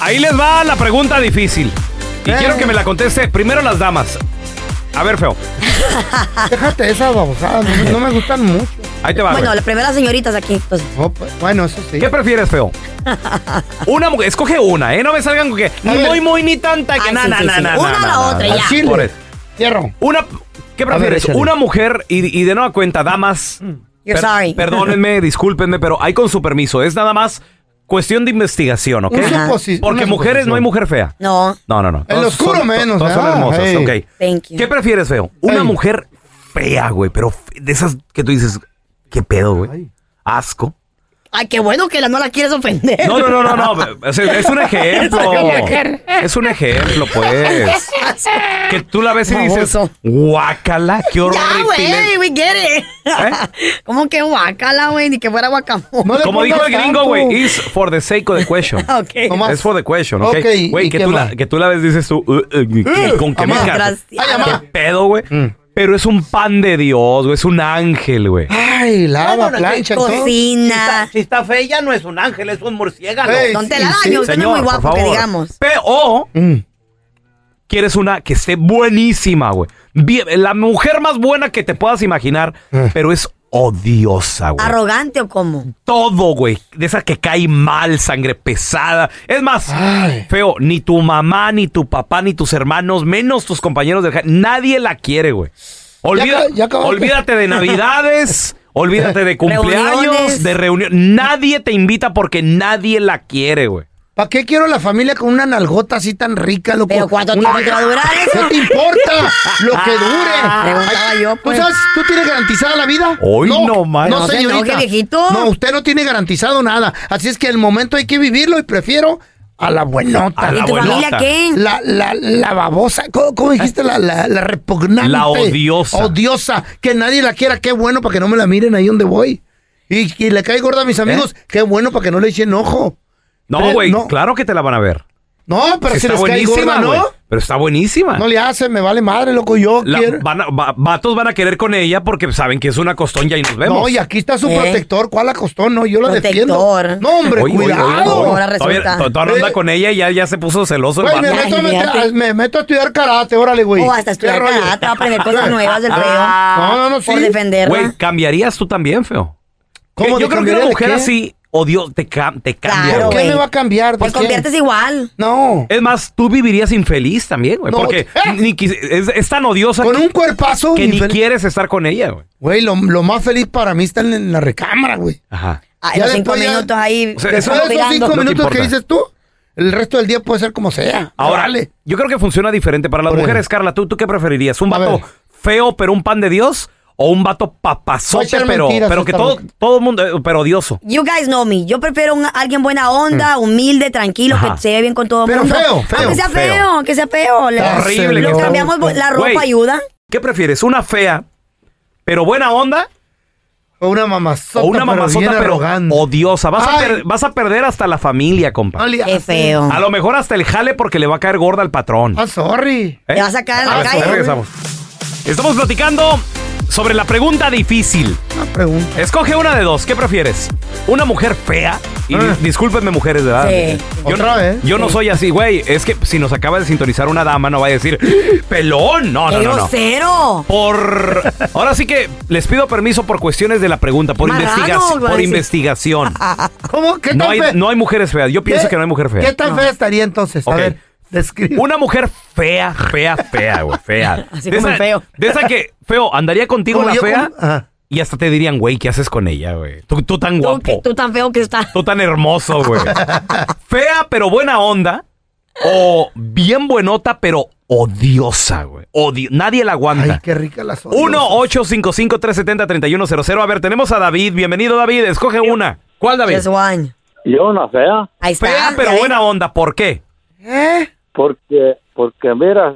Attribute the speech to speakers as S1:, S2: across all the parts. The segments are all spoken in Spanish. S1: Ahí les va la pregunta difícil. Y
S2: Eh.
S1: quiero que me la conteste primero las damas. A ver, feo.
S2: Déjate esas babosadas, no, me- no me gustan mucho.
S1: Ahí te va.
S3: Bueno,
S1: güey.
S3: las primeras señoritas aquí, pues.
S2: Oh, pues, bueno, eso sí.
S1: ¿Qué prefieres, feo? Una mujer, escoge una, ¿eh? No me salgan con que ni
S2: ver.
S1: muy, muy, ni tanta que
S3: Ay,
S1: na,
S3: sí,
S1: na,
S3: sí,
S1: na,
S3: sí.
S1: na,
S3: Una
S1: na,
S3: a la
S1: na,
S3: otra,
S1: na.
S3: ya.
S2: Al chile.
S1: Por eso.
S2: Fierro.
S1: Una, ¿Qué
S2: ver,
S1: prefieres?
S2: échale.
S1: una mujer, y, y de nueva cuenta, damas.
S3: You're sorry.
S1: Perdónenme, discúlpenme, pero hay con su permiso. Es nada más cuestión de investigación, ¿ok?
S2: Un
S3: Ajá.
S2: suposi-
S1: Porque
S2: una
S1: mujeres no hay
S2: suposición.
S1: mujer fea.
S3: No,
S1: No, no, no.
S2: En lo
S1: Todas
S2: oscuro
S1: son- to-
S2: menos,
S1: Todas son
S2: ah,
S1: hermosas,
S2: hey.
S1: ok.
S3: thank you.
S1: ¿Qué prefieres, feo? Una
S2: Ey.
S1: mujer fea, güey, pero fe- de esas que tú dices, ¿qué pedo, güey? Asco.
S3: Ay, qué bueno que la, no la quieres ofender.
S1: No, no, no, no, no. Es, es un ejemplo. Es un ejemplo, pues. Que tú la ves y dices,
S3: Baboso.
S1: guácala, qué
S3: Ya, güey,
S1: horrible.
S3: we get it.
S1: ¿Eh?
S3: ¿Cómo que guacala, güey? Ni que fuera guacamole.
S2: No le
S1: Como dijo
S2: pongas
S1: el gringo,
S2: tanto.
S1: güey, is for the sake of the question.
S3: Ok.
S2: Nomás-
S1: Es for the question, ¿ok?
S2: Ok,
S1: Güey,
S2: ¿y
S1: que,
S2: qué
S1: tú
S2: más?
S1: la- que tú la ves dices tú, "Uh, uh, ni- ni con que me
S2: Amá.
S1: caso".
S3: Desgraciado.
S2: Ay, amá.
S1: ¿Qué pedo, güey?
S4: Mm.
S1: Pero es un pan de Dios, güey, es un ángel, güey.
S2: Ay, lava, plancha, todo.
S3: Cocina.
S4: Si está fea, ya no es un ángel, es un murciélago.
S2: Ey,
S3: Don
S2: sí,
S3: Telaraño,
S2: sí.
S3: usted no es muy guapo, que digamos.
S1: Pe- o
S2: Mm.
S1: quieres una que esté buenísima, güey. Bien- la mujer más buena que te puedas imaginar,
S4: Mm.
S2: Eh.
S1: pero es odiosa, güey.
S3: ¿Arrogante o cómo?
S1: Todo, güey. De esa que cae mal, sangre pesada. Es más,
S4: Ah.
S2: Ay.
S1: feo, ni tu mamá, ni tu papá, ni tus hermanos, menos tus compañeros del... ja- Nadie la quiere, güey. Olvida-
S2: acaba- ya acabaste.
S1: olvídate de navidades, olvídate de cumpleaños,
S3: Reuniones.
S1: de reunión. Nadie te invita porque nadie la quiere, güey.
S2: ¿Para qué quiero la familia con una nalgota así tan rica, loco?
S3: Pero ¿cuánto
S2: Una-
S3: tiempo va a durar eso? Ah,
S2: ¿Qué te importa? Lo que dure.
S3: Preguntaba
S2: Ay,
S3: yo, pues.
S2: ¿Tú sabes, tú tienes garantizada la vida?
S1: Hoy no, man.
S2: No,
S3: No se
S2: señorita.
S3: enoje, viejito.
S2: No, usted no tiene garantizado nada. Así es que el momento hay que vivirlo y prefiero a la buenota.
S1: A la
S3: ¿Y tu
S1: abuelota.
S3: familia qué?
S2: La, la, la babosa, ¿cómo, cómo dijiste? La, la, la repugnante.
S1: La odiosa.
S2: Odiosa. Que nadie la quiera, qué bueno para que no me la miren ahí donde voy. Y, y le cae gorda
S1: ¿Eh?
S2: a mis amigos, qué bueno para que no le echen ojo.
S1: No,
S2: Pero-
S1: güey,
S2: no.
S1: claro que te la van a ver.
S2: No, pero
S1: Sí,
S2: si
S1: está
S2: les cae gorda, ¿no?
S1: güey. Pero está buenísima.
S2: No le hace, me vale madre, loco, yo
S1: La-
S2: quiero.
S1: van a- va- vatos van a querer con ella porque saben que es una costoña y nos vemos.
S2: No, y aquí está su
S3: ¿Eh?
S2: protector, ¿cuál acostó? No, yo la
S3: Protector.
S2: defiendo. No, hombre,
S1: Oye, oye, oye,
S2: cuidado.
S1: oye.
S3: Ahora resulta.
S1: Todavía- to- todavía anda
S2: Eh.
S1: con ella y ya, ya se puso celoso el
S2: Güey, me,
S1: vato.
S3: Ay,
S2: meto a meter-
S3: fíjate.
S2: me meto a estudiar karate, órale, güey.
S3: O hasta estudiar
S2: ¿Qué rollo? Ah.
S3: karate, va a aprender cosas nuevas del feo.
S2: No, no, no, sí.
S3: Por defenderla.
S1: Güey, cambiarías tú también, feo.
S2: ¿Cómo
S1: Que Yo creo
S2: de
S1: que una
S2: cambiar de
S1: mujer
S2: qué?
S1: así, odio, te, cam- te cambia.
S2: ¿Por
S3: Claro,
S1: güey.
S2: qué
S3: güey.
S2: me va a cambiar? ¿De
S3: Pues
S2: qué?
S3: conviertes igual.
S2: No.
S1: Es más, tú vivirías infeliz también, güey.
S2: No,
S1: porque
S2: ¿eh?
S1: ni quis- es, es tan odiosa
S2: Con
S1: que,
S2: un cuerpazo.
S1: que ni
S2: infeliz.
S1: quieres estar con ella, güey.
S2: Güey, lo, lo más feliz para mí está en, en la recámara, güey.
S1: Ajá.
S3: Ay,
S2: Ya
S3: los cinco
S2: después ya-
S3: minutos ahí.
S1: O sea,
S3: te
S1: eso-
S2: Después
S3: están
S2: de esos
S3: mirando.
S2: cinco
S1: No te
S2: minutos que
S1: importa.
S2: dices tú, el resto del día puede ser como sea.
S1: Ahora,
S2: Órale.
S1: yo creo que funciona diferente para las
S2: Por
S1: mujeres,
S2: ejemplo.
S1: Carla. ¿Tú, ¿Tú qué preferirías? ¿Un
S2: A
S1: vato
S2: ver.
S1: feo pero un pan de Dios? ¿O un vato
S2: Voy a
S1: papazote
S2: echar
S1: pero,
S2: mentiras
S1: pero que
S2: esta
S1: todo,
S2: boca.
S1: todo mundo, eh, pero odioso?
S3: You guys know me. Yo prefiero un, alguien buena onda, humilde, tranquilo,
S1: Mm. Ajá.
S3: que se ve bien con todo el
S2: Pero
S3: mundo.
S2: feo, feo,
S3: Aunque sea
S1: feo.
S3: feo, aunque sea feo. Le-
S1: Horrible
S3: Lo
S1: que sea.
S3: cambiamos la ropa
S1: Güey.
S3: ayuda.
S1: ¿Qué prefieres? ¿Una fea pero buena onda?
S2: O una mamazota.
S1: ¿O una mamazota
S2: bien
S1: pero,
S2: arrogante.
S1: odiosa? Vas a,
S2: Ay.
S1: per- vas a perder hasta la familia, compa.
S2: No le
S3: Qué
S2: hace.
S3: feo.
S1: A lo mejor hasta el jale porque le va a caer gorda al patrón.
S2: Ah, sorry.
S1: ¿Eh?
S3: Te va a sacar a la
S1: Ah,
S3: calle.
S1: ya regresamos. Estamos platicando sobre la pregunta difícil.
S2: Una pregunta.
S1: Escoge una de dos. ¿Qué prefieres? ¿Una mujer fea? Y
S2: Ah.
S1: dis- discúlpenme, mujeres, ¿verdad? Eh,
S3: Sí.
S1: Yo,
S2: Otra
S1: no,
S2: vez.
S1: yo no soy así, güey. Es que si nos acaba de sintonizar una dama, no va a decir pelón. No,
S3: ¡Qué
S1: no, no. no.
S3: grosero!
S1: Por. Ahora sí que les pido permiso por cuestiones de la pregunta, por,
S3: Marrano,
S1: investigación.
S3: va
S1: por
S3: a decir.
S1: investigación.
S2: ¿Cómo? ¿Qué tan
S1: No hay,
S2: fea?
S1: no hay mujeres feas. Yo pienso
S2: ¿Qué-
S1: que no hay mujer fea.
S2: ¿eh? ¿Qué tan fea estaría entonces?
S1: Ok.
S2: A ver, describe.
S1: Una mujer fea, fea, fea, güey, fea.
S3: Así como el feo.
S1: De esa que, feo, andaría contigo
S2: Como Ah,
S1: la
S2: yo
S1: fea
S2: con- ajá.
S1: y hasta te dirían, güey, ¿qué haces con ella, güey? Tú, tú tan
S3: Tú,
S1: guapo.
S3: que- tú tan feo que estás.
S1: Tú tan hermoso, güey. Fea, pero buena onda. O bien buenota, pero odiosa, güey. Odio- Nadie la
S2: Ay,
S1: aguanta.
S2: qué rica la soda.
S1: 1-855-370-3100. A ver, tenemos a David. Bienvenido, David. Escoge una. ¿Cuál, David?
S3: Just one.
S5: Yo una fea,
S3: Ahí está.
S1: Fea,
S3: ya
S1: pero
S3: ves.
S1: buena onda. ¿Por qué?
S2: ¿Eh?
S5: porque porque mira,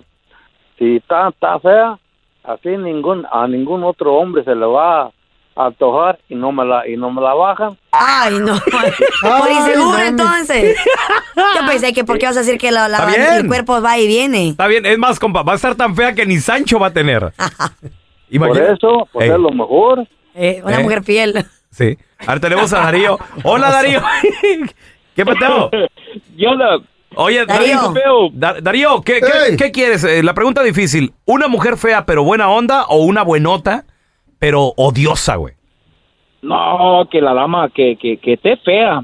S5: si está, está fea, así ningún a ningún otro hombre se le va a antojar y no me la y no me la bajan.
S3: Ay, no. Por
S2: Ay,
S3: inseguro,
S2: mami.
S3: entonces. Yo pensé que por qué vas a decir que la- la-
S1: Está bien.
S3: el cuerpo va y viene.
S1: Está bien. Es más, compa, va a estar tan fea que ni Sancho va a tener.
S5: Por
S1: Imagina-
S5: eso, pues
S1: Ey,
S5: es lo mejor.
S3: Eh, una
S1: Eh.
S3: mujer fiel.
S1: Sí. Ahora tenemos a Darío. Hola, Darío. ¿Qué pasó?
S6: Yo la
S1: Oye,
S3: Darío.
S1: Darío, Da- Darío, ¿qué, qué-
S2: Ey.
S1: qué quieres? Eh, la pregunta difícil. ¿Una mujer fea pero buena onda o una buenota pero odiosa, güey?
S5: No, que la dama que, que, que esté fea,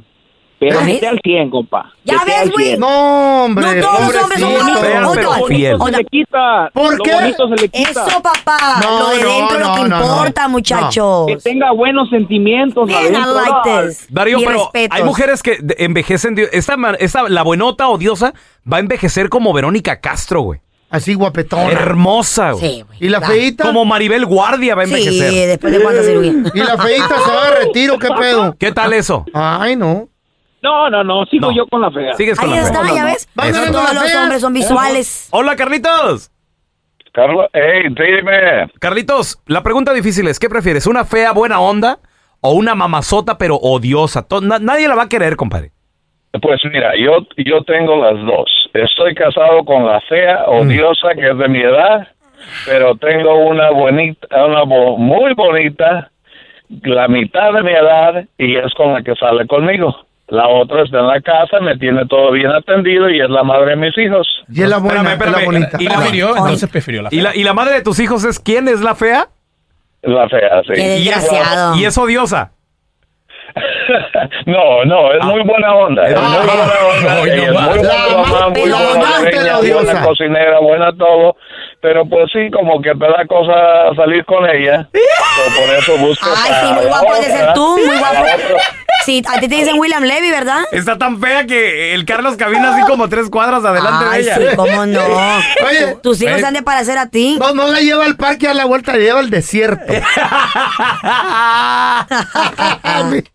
S5: pero
S3: ¿Ya
S5: que
S3: ves?
S5: esté al 100, compa.
S3: ¿Ya ves, güey?
S2: No, hombre.
S3: No todos los hombres son
S2: pobrecito.
S1: malos.
S5: Fea,
S1: Odio,
S5: pero
S1: odio,
S5: bonito
S3: odio.
S5: se le quita.
S2: ¿Por
S5: Lo
S2: qué?
S5: bonito se le quita.
S3: Eso, papá.
S2: No,
S3: lo de
S2: no,
S3: dentro es lo que
S2: no, no,
S3: importa,
S2: no.
S3: muchachos.
S5: Que tenga buenos sentimientos.
S3: Man, pues. I
S5: adentro,
S3: like
S5: ¿no?
S3: this.
S1: Darío,
S3: Mi
S1: pero
S3: respetos.
S1: hay mujeres que de- envejecen. de- Esta, ma- esta- la buenota odiosa va a envejecer como Verónica Castro, güey.
S2: Así guapetona.
S1: Hermosa, güey.
S3: Sí, güey.
S2: ¿Y la
S3: Va.
S2: feita?
S1: Como Maribel Guardia va a
S3: Sí,
S1: envejecer.
S3: después de cuántas cirugías.
S2: ¿Y la feita se va de retiro? ¿Qué pedo?
S1: ¿Qué tal eso?
S2: Ay, no.
S5: No, no, no, sigo
S1: No.
S5: yo con la fea.
S1: Sigues con
S3: Ahí
S1: la fe.
S3: está, ya ves.
S2: Van
S3: No
S2: ganando
S3: todos
S2: las
S3: los
S2: feas.
S3: hombres son visuales.
S1: Hola, Carlitos.
S6: Carlos, hey, dime.
S1: Carlitos, la pregunta difícil es, ¿qué prefieres? ¿Una fea buena onda o una mamazota pero odiosa? To- na- nadie la va a querer, compadre.
S6: Pues mira, yo, yo tengo las dos. Estoy casado con la fea odiosa que es de mi edad, pero tengo una bonita, una bo- muy bonita, la mitad de mi edad y es con la que sale conmigo. La otra está en la casa, me tiene todo bien atendido y es la madre de mis hijos.
S2: Y es la buena,
S1: Espérame, espérame.
S2: es la bonita.
S1: Y la-
S7: Prefirió,
S3: Ay.
S7: entonces prefirió la
S1: ¿Y la, y la madre de tus hijos es quién es la fea
S6: La fea, sí.
S3: Qué
S1: Y es-
S3: desgraciado.
S1: y es odiosa.
S6: No, no, es
S1: Ah.
S6: muy buena onda. Es
S1: Ah.
S6: muy buena onda.
S7: Ay, no
S6: ella es
S7: más.
S6: muy buena
S2: La
S6: mamá,
S3: más
S6: muy buena
S2: pelonante, la
S6: dueña, buena
S2: odiosa.
S6: cocinera, buena todo. Pero pues sí, como que me da cosa salir con ella. So, por eso busco.
S3: Ay,
S6: a
S3: sí, muy
S6: la
S3: guapo de ser
S6: otra.
S3: tú, muy guapo. Sí, a ti te dicen William Levy, ¿verdad?
S1: Está tan fea que el Carlos camina así como tres cuadras adelante
S3: Ay,
S1: de ella.
S3: sí, cómo no.
S2: Oye,
S3: Tus hijos
S7: oye.
S3: han de parecer a ti.
S2: No, no la lleva al parque a la vuelta, la lleva al desierto.